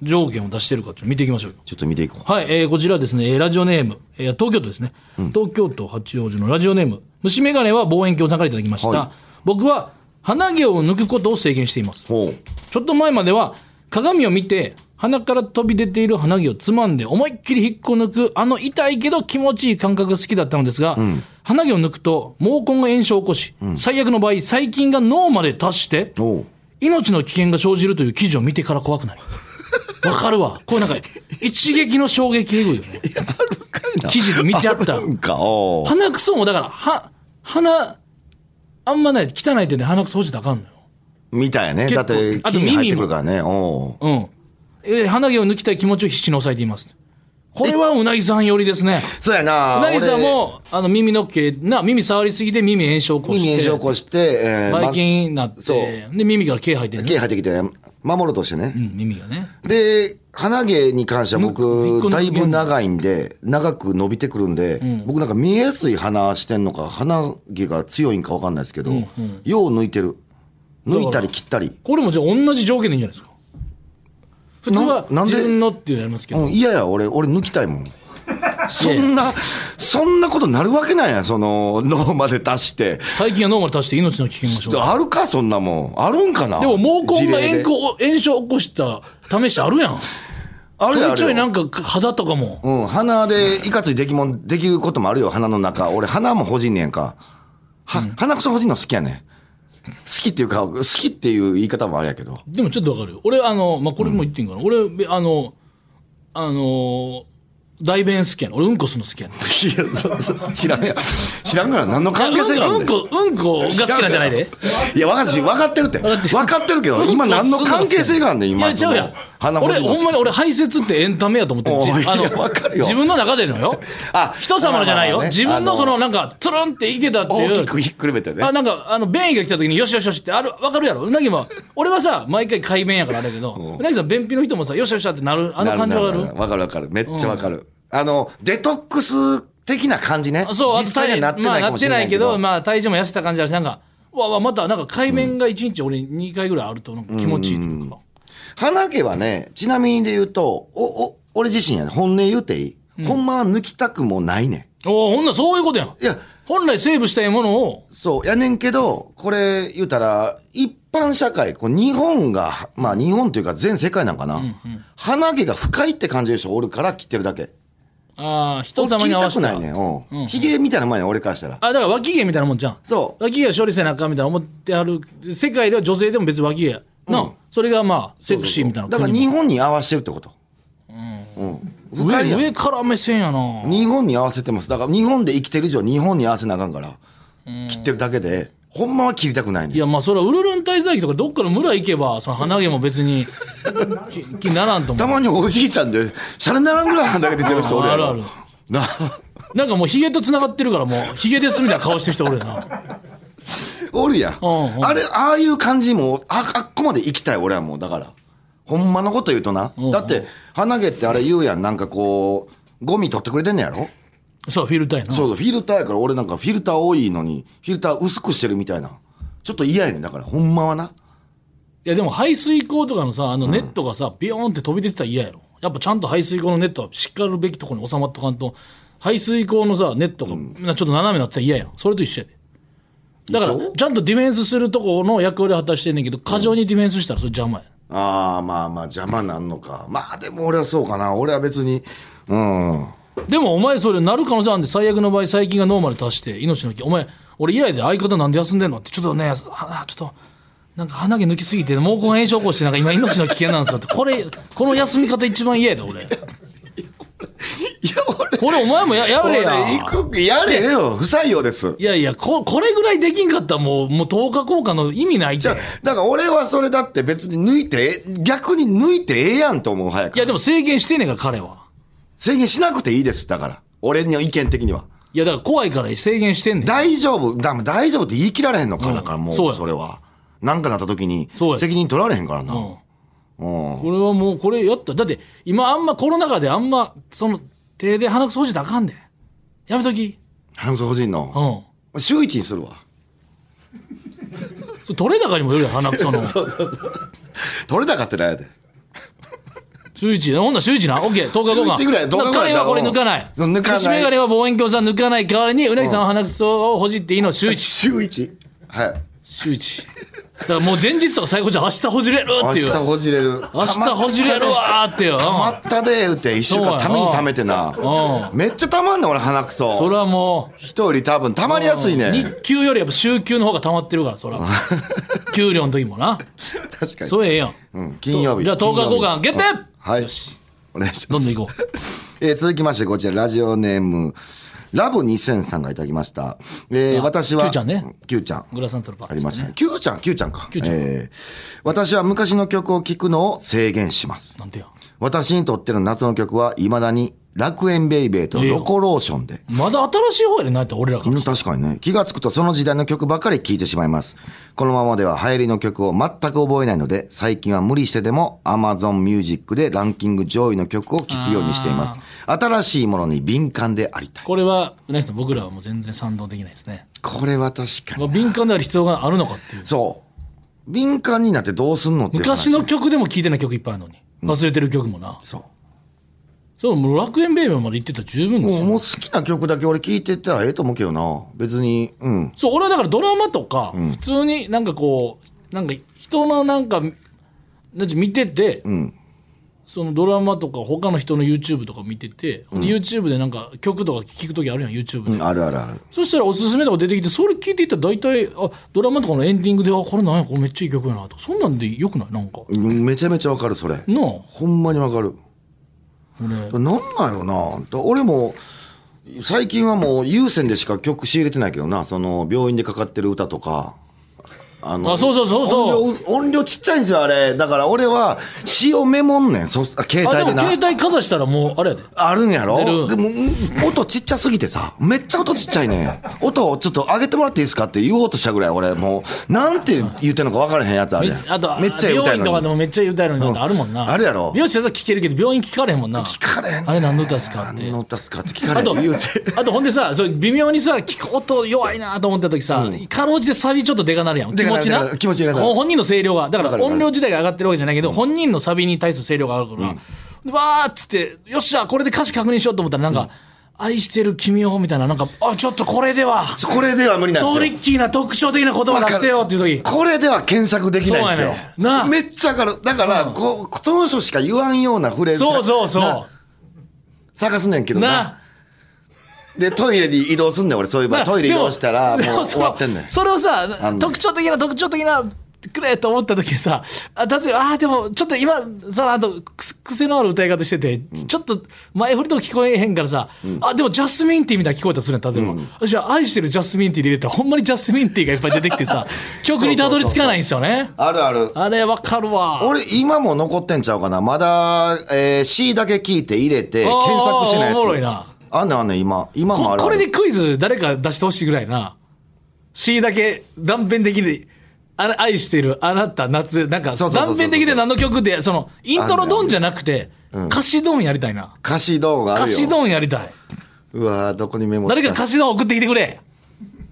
Speaker 3: 条件を出してるかちょっと見ていきましょうよ。
Speaker 4: ちょっと見ていこう。
Speaker 3: はい、えーこちらですね、えーラジオネーム、えー東京都ですね、東京都八王子のラジオネーム、虫眼鏡は望遠鏡さんからいただきました。
Speaker 4: はい
Speaker 3: 僕は鼻毛を抜くことを制限しています。
Speaker 4: ほう。
Speaker 3: ちょっと前までは鏡を見て鼻から飛び出ている鼻毛をつまんで思いっきり引っこ抜くあの痛いけど気持ちいい感覚が好きだったのですが、鼻毛を抜くと毛根が炎症を起こし、最悪の場合細菌が脳まで達して
Speaker 4: ほう。
Speaker 3: 命の危険が生じるという記事を見てから怖くなるわかるわこれなんか一撃の衝撃えぐいよね記事で見てあった
Speaker 4: なんか、おう
Speaker 3: 鼻くそもだからは鼻あんまない汚い手で鼻くそ閉じたらあかんのよ
Speaker 4: みたいやね。だ
Speaker 3: 結
Speaker 4: っ
Speaker 3: 構
Speaker 4: て、
Speaker 3: あと
Speaker 4: 木に入って
Speaker 3: 耳
Speaker 4: く
Speaker 3: も
Speaker 4: るからね。おう。
Speaker 3: うん。えー鼻毛を抜きたい気持ちを必死に抑えています。これはうなぎさん寄りですね
Speaker 4: そうやな
Speaker 3: うなぎさんもあの耳の毛な耳触りすぎて耳炎症を起こ
Speaker 4: 俺
Speaker 3: し
Speaker 4: 耳
Speaker 3: て
Speaker 4: 炎症起こして、え
Speaker 3: ばい菌になっ
Speaker 4: そう
Speaker 3: てで耳から毛生えてる
Speaker 4: ま
Speaker 3: ね
Speaker 4: 毛入ってきてね守ろうとしてね
Speaker 3: う、ん耳がね
Speaker 4: で鼻毛に関しては
Speaker 3: ぬ一個
Speaker 4: 僕
Speaker 3: 抜
Speaker 4: だ
Speaker 3: け
Speaker 4: い
Speaker 3: んの
Speaker 4: ぶ長いんで長く伸びてくるんで、僕なんか見えやすい鼻してんのか鼻毛が強いんかわかんないですけど、よう抜いてる抜いたり切ったり
Speaker 3: これもじゃあ同じ条件でいいんじゃないですか普通は
Speaker 4: ななんで
Speaker 3: 自分のっていうのやりますけど
Speaker 4: うん嫌や俺俺抜きたいもんそんなそんなことなるわけなんやその脳まで足して
Speaker 3: 最近はノーマル足して命の危険が生じる
Speaker 4: あるかそんなもんあるんかな
Speaker 3: でも毛根が炎
Speaker 4: 事例で
Speaker 3: こ炎症を起こした試しあるやん
Speaker 4: あ
Speaker 3: ち
Speaker 4: る
Speaker 3: ょ
Speaker 4: や
Speaker 3: い
Speaker 4: ある
Speaker 3: ちょい
Speaker 4: や
Speaker 3: なんか肌とかも
Speaker 4: うん、鼻でいかついできもん、できることもあるよ、鼻の中。俺、鼻もほじんねやんか。は、鼻くそほじんの好きやねん。好きっていうか、好きっていう言い方もあれやけど。
Speaker 3: でもちょっとわかるよ俺あの、まあ、これも言っていいんかな、俺べあのあの大便好きやねん俺うんこするの好きやねん
Speaker 4: いや、そそ知らんやん。知らんから、何の関係性がある
Speaker 3: うんこうんこが好きなんじゃないで
Speaker 4: いや、わかってる、わかってるって。
Speaker 3: わかってる
Speaker 4: わかってるけど、今何の関係性があるんねん、
Speaker 3: い
Speaker 4: 今。
Speaker 3: やちゃうや
Speaker 4: そ
Speaker 3: ん
Speaker 4: の鼻ほ
Speaker 3: 俺
Speaker 4: じんの
Speaker 3: ほんまに
Speaker 4: 好
Speaker 3: 俺排泄ってエンタメやと思ってる
Speaker 4: おい
Speaker 3: じあ
Speaker 4: いやわかるよ
Speaker 3: 自分の中でのよ
Speaker 4: あ
Speaker 3: 人様のじゃないよ、
Speaker 4: まあまあまあね
Speaker 3: 自分のそ
Speaker 4: あ
Speaker 3: の
Speaker 4: の
Speaker 3: なんかつるんっていけたってい
Speaker 4: き
Speaker 3: う
Speaker 4: 大きくひっくるめてね
Speaker 3: あ。なんかあの便意が来た時によしよしよしってあるわかるやろうなぎは俺はさ毎回改便やからあれやけどうなぎさん便秘の人もさよしよしってなるあの感じわかる
Speaker 4: ななわかるわかる。めっちゃわかる。あの、デトックス的な感じね。
Speaker 3: そう
Speaker 4: 実際にはなってないかもしれな
Speaker 3: まあ、なってな
Speaker 4: いけ
Speaker 3: いけど、
Speaker 4: ど。
Speaker 3: まあ、体重も痩せた感じだしなんかうわうわまたなんか海面が1日俺2回ぐらいあるとなんか気持ちいいというか、
Speaker 4: 鼻毛はね、ちなみにで言うと、お、お、俺自身やね、本音言うていい、ほんまは抜きたくもないね
Speaker 3: おおほんならそういうことやん
Speaker 4: ん。いや、
Speaker 3: 本来セーブしたいものを
Speaker 4: そう、やねんけど、これ言うたら、一般社会、こう日本が、まあ日本というか全世界なんかな、鼻毛が深いって感じる人おるから切ってるだけ。
Speaker 3: ああ人
Speaker 4: 俺
Speaker 3: 様
Speaker 4: 切
Speaker 3: に
Speaker 4: り
Speaker 3: 合わ
Speaker 4: た
Speaker 3: せ
Speaker 4: く
Speaker 3: た
Speaker 4: ないねん。うん。髭みたいなもんやん、俺からしたら。
Speaker 3: あだから脇毛みたいなもんじゃん
Speaker 4: そう
Speaker 3: 脇毛は処理せなあかんみたいな思ってある世界では女性でも別に脇毛やな、それがまあセクシーみたいな
Speaker 4: だから
Speaker 3: 国
Speaker 4: 日本に合わせてるってこと。うん。深いや
Speaker 3: 上
Speaker 4: ん
Speaker 3: 上から目線やな
Speaker 4: 日本に合わせてます。だから日本で生きてる以上日本に合わせなあかんから、切ってるだけで、ほんまは切りたくないね
Speaker 3: い
Speaker 4: ん。
Speaker 3: やまあそれはウルルン滞在期とかどっかの村行けばその鼻毛も別 に気気にならんと思
Speaker 4: た
Speaker 3: う
Speaker 4: まにおじいちゃんで、シャレにならんぐらい鼻毛出てる人おるやろ。
Speaker 3: あるある
Speaker 4: な、
Speaker 3: なんかもうヒゲと繋がってるからもうヒゲですみたいな顔してる人おるよな
Speaker 4: おるやん。
Speaker 3: うんうん
Speaker 4: あれ、ああいう感じも、あ、あっこまで行きたい俺はもう、だから。ほんまのこと言うとな。だって、鼻毛ってあれ言うやん。なんかこう、ゴミ取ってくれてんねやろ
Speaker 3: そうフィルターやな
Speaker 4: そうそう、フィルターやから俺なんかフィルター多いのに、フィルター薄くしてるみたいな。ちょっと嫌やねん。だから、ほんまはな。
Speaker 3: いやでも排水口とかのさあのネットがさ、ビヨーンって飛び出てたら嫌やろやっぱちゃんと排水口のネットはしっかるべきところに収まっとかんと排水口のさネットがなちょっと斜めになってたら嫌やんそれと一緒やでだから
Speaker 4: でしょ
Speaker 3: ちゃんとディフェンスするとこの役割を果たしてんねんけど過剰にディフェンスしたらそれ邪魔や
Speaker 4: ああ、まあまあ邪魔なんのか。まあでも俺はそうかな。俺は別に、うん。
Speaker 3: でもお前それなる可能性あるんで最悪の場合細菌がノーマル足して命の危険お前俺嫌やで相方なんで休んでんのってちょっとねはあちょっとなんか鼻毛抜きすぎて毛根炎症起こしてなんか今命の危険なんですよってこれこの休み方一番嫌やで俺
Speaker 4: いや、俺、
Speaker 3: これお前もややれや
Speaker 4: 俺行く、やれよ。不採用です。
Speaker 3: いやいやここれぐらいできんかったらもうもう10日交換の意味ないって
Speaker 4: じゃあだから俺はそれだって別に抜いてえ、逆に抜いてええやんと思う、早
Speaker 3: いや
Speaker 4: く。
Speaker 3: でも制限してんねんから彼は
Speaker 4: 制限しなくていいです。だから。俺の意見的には。
Speaker 3: いやだから怖いから制限してんねん
Speaker 4: 大丈夫。だ大丈夫って言い切られへんのか。だからもう、
Speaker 3: そうや
Speaker 4: それは。なんかなった時に
Speaker 3: そう、や
Speaker 4: 責任取られへんからな。
Speaker 3: ん
Speaker 4: うん。
Speaker 3: これはもうこれやっただって今あんまコロナ禍であんまその手で鼻くそほじったらあかんでやめとき
Speaker 4: 半袖欲しいの。
Speaker 3: うん
Speaker 4: 週一にするわ。
Speaker 3: それ取れ高にもよるやん鼻くその
Speaker 4: 取れたかってないやで。
Speaker 3: 週一ほんなら週一なオッケー10日後
Speaker 4: 週一ぐらい10日後ぐらい
Speaker 3: 彼
Speaker 4: だ
Speaker 3: はこれ抜かない
Speaker 4: うん抜かない
Speaker 3: 虫眼鏡は望遠鏡さん抜かない代わりにうなぎさんは鼻くそをほじっていいの週一
Speaker 4: 週一。はい。
Speaker 3: 週一だからもう前日とか最高じゃん明日ほじれるっていう
Speaker 4: 明日ほじれる
Speaker 3: 明日ほじれるわーってよ
Speaker 4: たまったで言うて一週間ためにためてなめっちゃたまんねん俺鼻くそ
Speaker 3: それはもう
Speaker 4: 人より多分たまりやすいねん
Speaker 3: 日給よりやっぱ週給の方が溜まってるから そら給料の時もな
Speaker 4: 確かに
Speaker 3: それええやん
Speaker 4: うん金曜日
Speaker 3: じゃあ10日交換
Speaker 4: 金曜日
Speaker 3: 決定
Speaker 4: はい
Speaker 3: よし
Speaker 4: お願いします
Speaker 3: どんどん行こう
Speaker 4: えー続きましてこちらラジオネームラブ2000さんがいただきましたえー私は
Speaker 3: キューちゃんね
Speaker 4: キューちゃん
Speaker 3: グラサントのパー
Speaker 4: あ
Speaker 3: ツ
Speaker 4: りました
Speaker 3: ね
Speaker 4: ねキューちゃんキューちゃんか
Speaker 3: キューちゃん
Speaker 4: えー私は昔の曲を聴くのを制限します
Speaker 3: なんてや
Speaker 4: 私にとっての夏の曲はいまだに楽園ベイベーとロコローションで。
Speaker 3: まだ新しい方やでなって俺らか
Speaker 4: う
Speaker 3: ら
Speaker 4: ん確かにね。気がつくとその時代の曲ばかり聴いてしまいます。このままでは流行りの曲を全く覚えないので、最近は無理してでも Amazon Music でランキング上位の曲を聴くようにしています。新しいものに敏感でありたい。
Speaker 3: これはうなぎさん僕らはもう全然賛同できないですね、
Speaker 4: これは確か
Speaker 3: ま
Speaker 4: に。
Speaker 3: あ、敏感である必要があるのかっていう
Speaker 4: そう。敏感になってどうすんのっていう話
Speaker 3: 昔の曲でも聴いてない曲いっぱいあるのに忘れてる曲もな、
Speaker 4: そ
Speaker 3: そうもう楽園ベイベーまで行ってたら十分
Speaker 4: う。
Speaker 3: で
Speaker 4: も
Speaker 3: す
Speaker 4: う
Speaker 3: よ
Speaker 4: もう好きな曲だけ俺聴いてたらええと思うけどな。別に、うん。
Speaker 3: そう俺はだからドラマとか、普通になんかこうなんか人のなんかなんて見てて、
Speaker 4: ん
Speaker 3: そのドラマとか他の人の YouTube とか見てて、ほんで YouTube でなんか曲とか聴く時あるやん YouTube で、
Speaker 4: うんあるあるある。
Speaker 3: そしたらおすすめとか出てきてそれ聞いていったら大体あドラマとかのエンディングであこれなんやこれめっちゃいい曲やなとかそんなんでよくないなんか
Speaker 4: うんめちゃめちゃわかる、それ。
Speaker 3: なあ
Speaker 4: ほんまにわかる。
Speaker 3: 俺
Speaker 4: なんなんよなだ俺も最近はもう有線でしか曲仕入れてないけどなその病院でかかってる歌とかあの
Speaker 3: あそうそうそうそう
Speaker 4: 音量音量ちっちゃいんですよあれだから俺は詞をメモんねんそあ携
Speaker 3: あで
Speaker 4: 帯で
Speaker 3: も携
Speaker 4: な
Speaker 3: 帯かざしたらもうあれやで
Speaker 4: あるんやろ
Speaker 3: 出
Speaker 4: でもうん音ちっちゃすぎてさめっちゃ音ちっちゃいねん音をちょっと上げてもらっていいですかって言おうとしたぐらい俺もうなんて言ってんのか分からへんやつあ
Speaker 3: め
Speaker 4: れ
Speaker 3: あと
Speaker 4: めっちゃ言う
Speaker 3: 病
Speaker 4: たい
Speaker 3: 院とか
Speaker 4: の
Speaker 3: で
Speaker 4: に
Speaker 3: もめっちゃ言うたいのにあるもんな、
Speaker 4: うんあるやろ
Speaker 3: 美容師だったら聞けるけど病院聞かれへんもんな
Speaker 4: 聞かれへんねん
Speaker 3: あれ何の歌ですかって
Speaker 4: 何の歌っすかって聞か
Speaker 3: あ
Speaker 4: れへん
Speaker 3: と
Speaker 4: 有線
Speaker 3: あとほんでさそう微妙にさ聞く音弱いなと思った時さ、かろうじてサビちょっとでかなるやん気
Speaker 4: でかな
Speaker 3: 持
Speaker 4: る
Speaker 3: ち
Speaker 4: でかな
Speaker 3: な
Speaker 4: る気持ちがなる
Speaker 3: ほ本人の声量がだか
Speaker 4: わからるわか
Speaker 3: 音
Speaker 4: る
Speaker 3: 量自体が上がってるわけじゃないけど、本人のサビに対する声量が上がるから、でわーっつってよっしゃこれで歌詞確認しようと思ったらなんか、愛してる君をみたいななんかあちょっとこれでは
Speaker 4: これでは無理なんです
Speaker 3: ト
Speaker 4: よ
Speaker 3: リッキーな特徴的な言葉出してよっていう時
Speaker 4: これでは検索できないんですよ。
Speaker 3: そうやねんなあ
Speaker 4: めっちゃわかる。だから、こう、その人しか言わんようなフレーズ。
Speaker 3: そうそうそ
Speaker 4: な探すねんけ
Speaker 3: う
Speaker 4: どな。
Speaker 3: な
Speaker 4: で、トイレに移動すんねん、俺。そういえば、
Speaker 3: な
Speaker 4: トイレ移動したら、
Speaker 3: で
Speaker 4: もう
Speaker 3: そ
Speaker 4: 終わってんねん。
Speaker 3: それをさ
Speaker 4: あんねん
Speaker 3: 特徴的な特徴的なくれと思った時にさあ例えばあーでもちょっと今そのあと癖のある歌い方してて、ちょっと前振りとか聞こえへんからさ、あでもジャスミンティーみたいな聞こえたとするやん例えば、私は愛してるジャスミンティーで入れたらほんまにジャスミンティーがいっぱい出てきてさ曲にたどり着かないんですよね
Speaker 4: あるある。
Speaker 3: あれわかるわ
Speaker 4: 俺、今も残ってんちゃうかな。まだ、えー、C だけ聞いて入れて、
Speaker 3: あー
Speaker 4: 検索してないやつ。
Speaker 3: おもろいな。
Speaker 4: あんねんあんねん、今。今も
Speaker 3: こ
Speaker 4: あるあ
Speaker 3: こ
Speaker 4: る
Speaker 3: れでクイズ誰か出してほしいぐらいな C だけ断片的にあら愛してるあなた夏なんか
Speaker 4: そうそうそ
Speaker 3: 断
Speaker 4: うそう
Speaker 3: 片的で何の曲でそのイントロドンじゃなくて
Speaker 4: ん
Speaker 3: 歌詞ドンやりたいな
Speaker 4: 歌詞動画あるよ。
Speaker 3: 歌詞ドンやりたいう
Speaker 4: わーどこにメモ
Speaker 3: 誰か歌詞ドン送ってきてくれ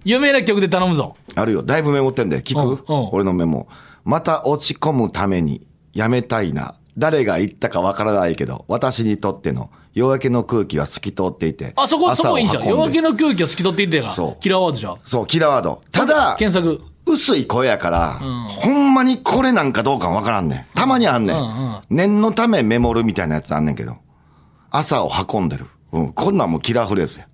Speaker 3: 有名な曲で頼むぞ
Speaker 4: あるよ。だいぶメモってんだよ。聞く、
Speaker 3: うんうん
Speaker 4: 俺のメモ。また落ち込むために、やめたいな。誰が言ったかわからないけど、私にとっての夜明けの空気は透き通っていて。
Speaker 3: あそこそ
Speaker 4: 朝を
Speaker 3: こいいんじゃん夜
Speaker 4: 運
Speaker 3: 明
Speaker 4: で
Speaker 3: けの空気を透き取っていってが
Speaker 4: そう
Speaker 3: キラーワードじゃん
Speaker 4: そう、キラーワード。ただ、
Speaker 3: 検索
Speaker 4: 薄い声やから、ほんまにこれなんかどうかわからんねん。たまにあんねん,、
Speaker 3: うんうん
Speaker 4: 念のためメモるみたいなやつあんねんけど。朝を運んでる。うん。こんなんもうキラーフレーズや。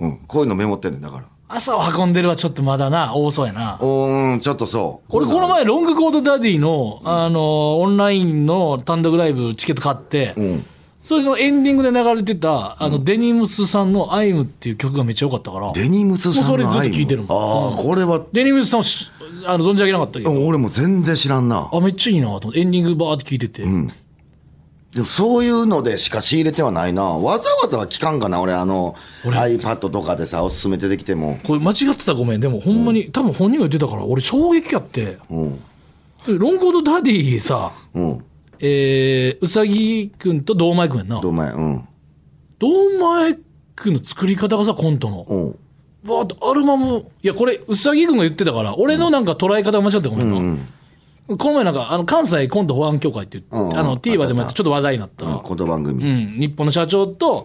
Speaker 4: うん。こういうのメモってんねんだから。
Speaker 3: 朝を運んでるはちょっとまだな多そうやな
Speaker 4: うーん、ちょっとそう。
Speaker 3: 俺この前ロングコートダディの、あのオンラインの単独ライブチケット買って、
Speaker 4: ん
Speaker 3: それのエンディングで流れてたあの、デニムスさんの「アイムっていう曲がめっちゃ良かったから
Speaker 4: デニムスさんの
Speaker 3: もうそれずっと聞いてるもん
Speaker 4: ああ、これは、
Speaker 3: デニムスさんをしあの存じ上げなかったけど、
Speaker 4: 俺も全然知らんな。
Speaker 3: あめっちゃいいなと思ってエンディングバーって聞いてて、
Speaker 4: でもそういうのでしか仕入れてはないな。わざわざは聞かんかな、俺、あの、iPad とかでさ、おすすめ出てきても。
Speaker 3: これ間違ってたらごめんでもほんまに、多分本人が言ってたから俺衝撃やって
Speaker 4: うん。
Speaker 3: でロングコートダディさ
Speaker 4: うん。
Speaker 3: えー、うさぎくんと堂前くんやんな
Speaker 4: どう前、うん。
Speaker 3: 堂前くんの作り方がさコントの、
Speaker 4: うん。
Speaker 3: わーっとアルバムいやこれうさぎ君が言ってたから俺のなんか捉え方が間違ってごめんな、この前なんかあの関西コント保安協会って言って、
Speaker 4: うん
Speaker 3: あの TVer でもやってちょっと話題になった、
Speaker 4: うん、この番組。
Speaker 3: うん、日本の社長と、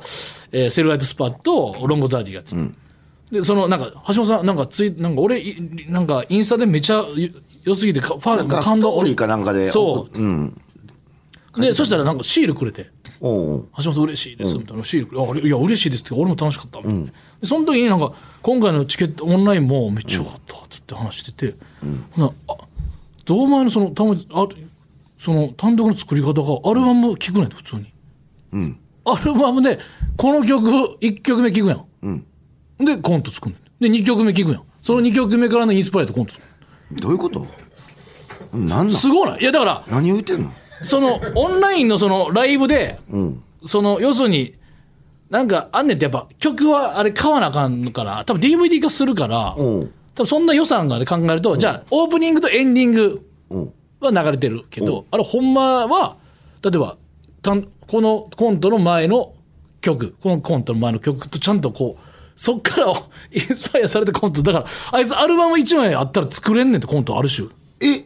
Speaker 3: えーセルライトスパとロンゴダーディがやってた、でそのなんか橋本さんなんかツイなんか俺いなんかインスタでめちゃよ良すぎてかフ
Speaker 4: な
Speaker 3: ァン
Speaker 4: んか、
Speaker 3: が
Speaker 4: ス
Speaker 3: 感
Speaker 4: ト
Speaker 3: 動
Speaker 4: ーリーかなんかで。。
Speaker 3: そう
Speaker 4: うん。
Speaker 3: でそしたらなんかシールくれて
Speaker 4: おう
Speaker 3: 橋本さん嬉しいですみたいな、シールああれいや嬉しいですって俺も楽しかったみたいな、でその時になんか今回のチケットオンラインもめっちゃ良かったっつって話してて、ほなあ堂前のそのたまあその単独の作り方がアルバム聴くねんて普通に、アルバムでこの曲1曲目聴くやん、でコント作んねんで2曲目聴くやんその2曲目からのインスパイアとコント作る
Speaker 4: どういうことなんなん
Speaker 3: すごいないいやだから
Speaker 4: 何言うてんの
Speaker 3: そのオンラインのそのライブで、その要するになんかあんねんってやっぱ曲はあれ買わなあかんから多分 DVD 化するから
Speaker 4: うん
Speaker 3: 多分そんな予算が、ね、考えると、じゃあオープニングとエンディング
Speaker 4: うん
Speaker 3: は流れてるけど、あれほんまは例えばたんこのコントの前の曲このコントの前の曲とちゃんとこうそっから インスパイアされたコントだからあいつアルバム1枚あったら作れんねんってコントある種
Speaker 4: え
Speaker 3: て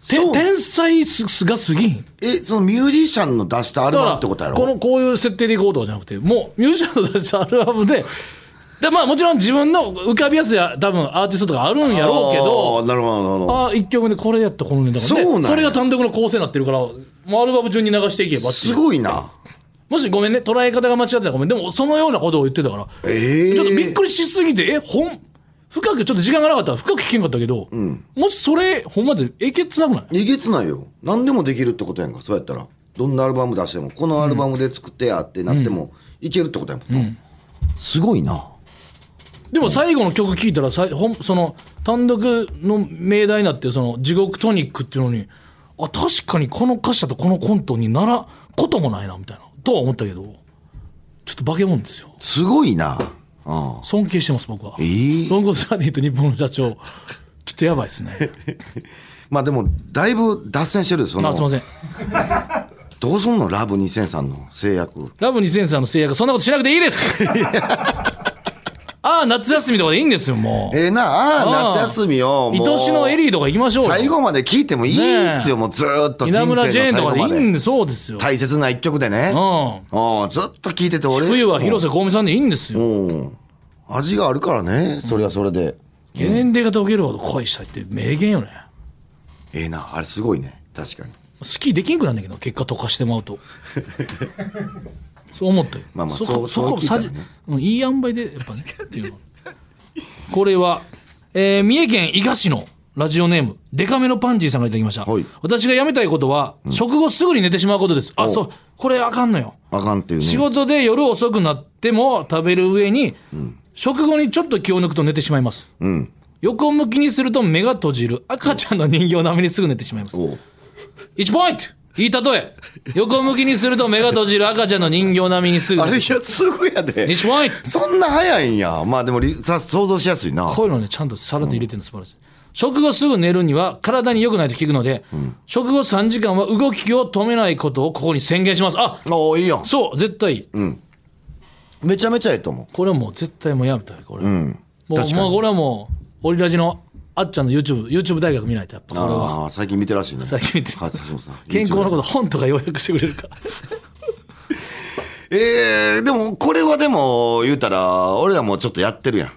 Speaker 4: そう
Speaker 3: 天才すすがすぎん
Speaker 4: えそのミュージシャンの出したアル
Speaker 3: だ
Speaker 4: バム
Speaker 3: か
Speaker 4: ってことや
Speaker 3: ら
Speaker 4: ろ
Speaker 3: このこういう設定でいこうとかじゃなくてもうミュージシャンの出したアルバムででまあもちろん自分の浮かびやすい多分アーティストとかあるんやろうけ
Speaker 4: あ
Speaker 3: ど
Speaker 4: ーなるほどなるほど
Speaker 3: ああ1曲目でこれやったこのネタが
Speaker 4: そうなんや
Speaker 3: でそれが単独の構成になってるからもうアルバム順に流していけばってい
Speaker 4: す
Speaker 3: う
Speaker 4: ごいな
Speaker 3: もしごめんね捉え方が間違ってたらごめんでもそのようなことを言ってたから、
Speaker 4: ええ
Speaker 3: ちょっとびっくりしすぎてえほん深くちょっと時間がなかったら深く聞けんかったけど、もしそれほんまでえけつなくない
Speaker 4: えげつないよ何でもできるってことやんかそうやったらどんなアルバム出してもこのアルバムで作ってやってなっても、いけるってことやもんな、すごいな
Speaker 3: でも最後の曲聴いたらさいほんその単独の命題になってその地獄トニックっていうのにあ確かにこの歌詞だとこのコントにならこともないなみたいなとは思ったけどちょっと化け物ですよ
Speaker 4: すごいなああ
Speaker 3: 尊敬してます僕は
Speaker 4: ええ
Speaker 3: ロングスラディと日本の社長ちょっとやばい ですね
Speaker 4: まあでもだいぶ脱線してるよその
Speaker 3: あすいません
Speaker 4: どうすんのラブ2003の制約
Speaker 3: ラブ2000さんの制約そんなことしなくていいです ああ夏休みとかでいいんですよもう
Speaker 4: ええなああ
Speaker 3: ああ
Speaker 4: 夏休みをもう
Speaker 3: 愛しのエリーとか行きましょうよ
Speaker 4: 最後まで聞いてもいいっすよ、
Speaker 3: ねえ
Speaker 4: もうずーっと人
Speaker 3: 稲
Speaker 4: 生の
Speaker 3: 村ジェー
Speaker 4: 最
Speaker 3: ンと
Speaker 4: 後
Speaker 3: かでい
Speaker 4: ま
Speaker 3: い
Speaker 4: で
Speaker 3: んでそうですよ、
Speaker 4: 大切な一曲でね、
Speaker 3: うん
Speaker 4: ああずっと聞いてて俺
Speaker 3: 冬は広瀬香美さんでいいんですよ。
Speaker 4: うん味があるからねそれはそれで、
Speaker 3: ゲレンデが溶けるほど恋したいって名言よね。
Speaker 4: ええなあれすごいね確かに
Speaker 3: スキーできんくなんだけど、結果溶かしてまうと。そう思ったよ。
Speaker 4: まあまあ
Speaker 3: そこ、
Speaker 4: そ
Speaker 3: そうこ、
Speaker 4: そう聞いた
Speaker 3: さ
Speaker 4: ら
Speaker 3: じ
Speaker 4: ね、
Speaker 3: うん、いい塩梅で、やっぱね、っていうのこれは、えー三重県伊賀市のラジオネーム、デカめのパンジーさんがいただきました。
Speaker 4: はい
Speaker 3: 私がやめたいことは、食後すぐに寝てしまうことです。あ、
Speaker 4: お
Speaker 3: そう、これあかんのよ。
Speaker 4: あかんっていうね
Speaker 3: 仕事で夜遅くなっても食べる上に、食後にちょっと気を抜くと寝てしまいます。
Speaker 4: うん
Speaker 3: 横向きにすると目が閉じる赤ちゃんの人形並みにすぐ寝てしまいます
Speaker 4: おう
Speaker 3: 1ポイントいい例え横向きにすると目が閉じる赤ちゃんの人形並みにすぐ
Speaker 4: あ
Speaker 3: 寝
Speaker 4: れい
Speaker 3: て
Speaker 4: や
Speaker 3: します
Speaker 4: ごいやで
Speaker 3: 1ポイント
Speaker 4: そんな早いんやまあでもりさ想像しやすいな
Speaker 3: こういうのねちゃんとさらっと入れてるの素晴らしい、食後すぐ寝るには体に良くないと聞くので、食後3時間は動きを止めないことをここに宣言しますあ
Speaker 4: おういいやん
Speaker 3: そう絶対いい
Speaker 4: めちゃめちゃええと思
Speaker 3: これはもう絶対もうやめたいこれ、
Speaker 4: ううん
Speaker 3: も
Speaker 4: 確
Speaker 3: う
Speaker 4: かに
Speaker 3: もうこれはもうオリラジのあっちゃんの YouTubeYouTube 大学見ないとやっぱこれは
Speaker 4: ああ最近見てるらしいね
Speaker 3: 最近見てる
Speaker 4: はい橋本さん
Speaker 3: 健康のことと本とか要約してくれるから
Speaker 4: ええでもこれはでも言うたら俺らもちょっとやってるやん、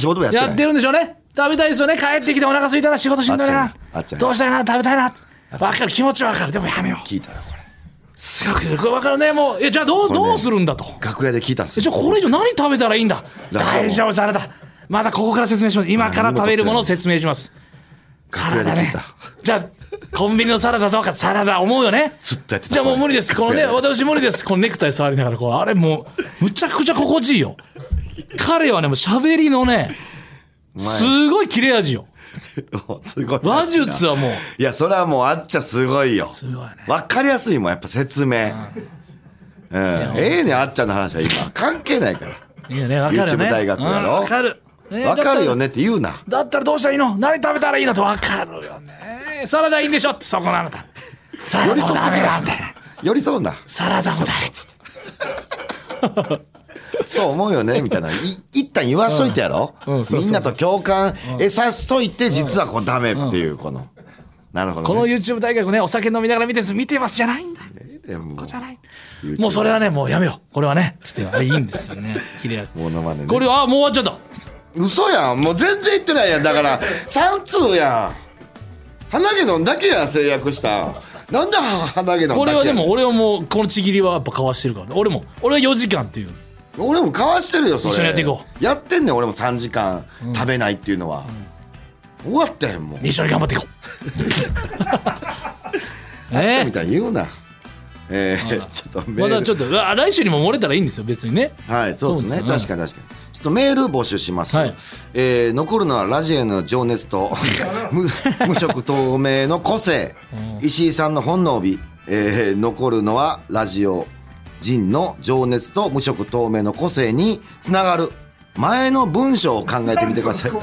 Speaker 4: 橋本も やってない
Speaker 3: やってるんでしょうね。食べたいですよね。帰ってきてお腹空いたら仕事しんどいな
Speaker 4: あっちゃんねあっちゃんね。
Speaker 3: どうしたいな、食べたいな。わかる、気持ちはわかる。でもやめよう。
Speaker 4: 聞いたよこれ
Speaker 3: すごく、これわかるね。もう、え、じゃあどう、
Speaker 4: れね
Speaker 3: どうするんだと。
Speaker 4: 楽屋で聞いたんす
Speaker 3: え
Speaker 4: よ
Speaker 3: じゃあこれ以上何食べたらいいんだ。
Speaker 4: 落語
Speaker 3: 大丈夫です、あなた。まだここから説明します。今から食べるものを説明します。サ
Speaker 4: 楽
Speaker 3: ラダ
Speaker 4: 屋で聞い
Speaker 3: ね
Speaker 4: た、。
Speaker 3: じゃあ、コンビニのサラダとかサラダ思うよね。
Speaker 4: ずっとやってた
Speaker 3: じゃあもう無理です。このね、私無理です。このネクタイ触りながら、こう、あれもう、むちゃくちゃ心地いいよ。彼はね、もう喋りのね、すごい切れ味よ。
Speaker 4: すごい
Speaker 3: 話術はもう
Speaker 4: いやそれはもうあっちゃすごいよ
Speaker 3: すごいね
Speaker 4: わかりやすいもんやっぱ説明うんええねんあっちゃんの話は今関係ないから
Speaker 3: いいよね、わかるよね。
Speaker 4: YouTube 大学やろ
Speaker 3: うんわかる。ね
Speaker 4: わかるよ。ねって言うな
Speaker 3: だったらだったらどうしたらいいの何食べたらいいのとわかるよね。サラダいいんでしょって、そこのあなた。サラダもダメなんだよ。
Speaker 4: 寄りそうな
Speaker 3: サラダもダメっつって。
Speaker 4: そう思う よねみたいない一旦言わしといてやろ
Speaker 3: うんそうそう
Speaker 4: みんなと共感えさしといて実はこうダメっていうこのなるほ
Speaker 3: こ
Speaker 4: ど
Speaker 3: の
Speaker 4: ね
Speaker 3: YouTube 大学ね、お酒飲みながら見てます見てますじゃないんだよ。
Speaker 4: えもう
Speaker 3: じゃない。もうそれはね、もうやめよう。これはね。つって、あれいいんですよね。切れ味。
Speaker 4: モノマネね
Speaker 3: これ、あ、もう終わっちゃっ
Speaker 4: 嘘やんもう全然言ってないやんだから3通やん鼻毛のんだけやん制約したなんだ鼻毛のんだけや
Speaker 3: た。
Speaker 4: ん
Speaker 3: これはでも、俺はもう、このちぎりはやっぱかわしてるからね。俺も、俺は4時間っていう。
Speaker 4: 俺もかわしてるよそれ
Speaker 3: 一緒にやっていこ
Speaker 4: やってんねん俺も3時間食べないっていうのは、終わったやんもう
Speaker 3: 一緒に頑張っていこ う。
Speaker 4: ちょ
Speaker 3: ね
Speaker 4: みたいに言うなえー、ちょっとメー
Speaker 3: ま
Speaker 4: ル、
Speaker 3: だちょっと、うわ来週にも漏れたらいいんですよ、別にね。
Speaker 4: はいそうですね
Speaker 3: そうです
Speaker 4: 確かに確かにちょっとメール募集します、
Speaker 3: はい
Speaker 4: えー残るのはラジオへの情熱と 無無色透明の個性石井さんの本能美、えー残るのはラジオ人の情熱と無色透明の個性につながる前の文章を考えてみてく ださいと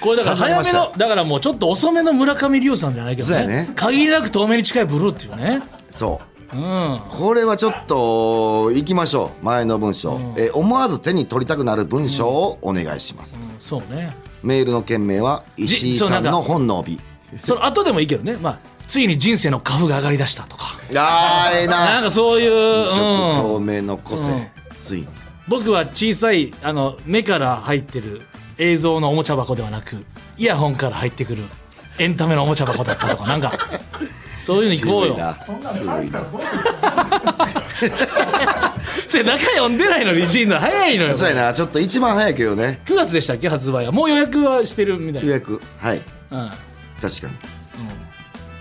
Speaker 3: これだから早め
Speaker 4: 始まりま
Speaker 3: のだからもうちょっと遅めの村上龍さんじゃないけど
Speaker 4: そう
Speaker 3: ね
Speaker 4: やね
Speaker 3: 限りなく透明に近いブルーっていうね
Speaker 4: そう
Speaker 3: うん
Speaker 4: これはちょっと行きましょう前の文章、えー思わず手に取りたくなる文章をお願いします、
Speaker 3: そうね
Speaker 4: メールの件名は石井
Speaker 3: そう
Speaker 4: さ
Speaker 3: なんんか
Speaker 4: の本の帯
Speaker 3: その後でもいいけどねまあついに人生の株が上がりだしたとか
Speaker 4: あーええ
Speaker 3: なん
Speaker 4: な
Speaker 3: かそういう、
Speaker 4: 無
Speaker 3: う
Speaker 4: 色
Speaker 3: ん、
Speaker 4: 透明の個性、ついに
Speaker 3: 僕は小さいあの目から入ってる映像のおもちゃ箱ではなくイヤホンから入ってくるエンタメのおもちゃ箱だったとかなんかそういうの行こう
Speaker 4: 渋い
Speaker 3: よ
Speaker 4: な
Speaker 2: そんなの入ったらどうする
Speaker 3: それ中読んでないのにジーンの早いのよ
Speaker 4: そうやなちょっと一番早いけどね
Speaker 3: 9月でしたっけ発売はもう予約はしてるみたい
Speaker 4: 予
Speaker 3: な、
Speaker 4: 約はい
Speaker 3: うん、
Speaker 4: 確かに、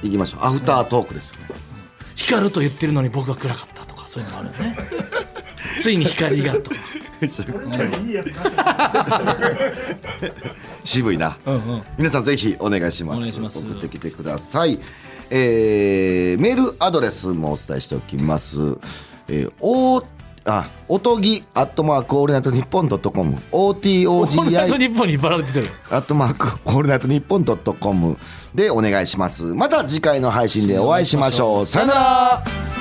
Speaker 4: 行きましょうアフタートークですよね、
Speaker 3: 光ると言ってるのに僕は暗かったとかそういうのもあるよねついに光がとか
Speaker 2: 俺のいいやつ出してくれ
Speaker 4: 渋いな、
Speaker 3: うんうん
Speaker 4: 皆さんぜひお願いします
Speaker 3: お願いします
Speaker 4: 送ってきてください、えーメールアドレスもお伝えしておきます、えー、おあおとぎアットマークオールナイトニッポンドットコム
Speaker 3: 本当
Speaker 4: OTOGI
Speaker 3: 日本に引っ張られててる
Speaker 4: アットマークオールナイトニッポンドットコムでお願いしますまた次回の配信でお会いしましょうさよなら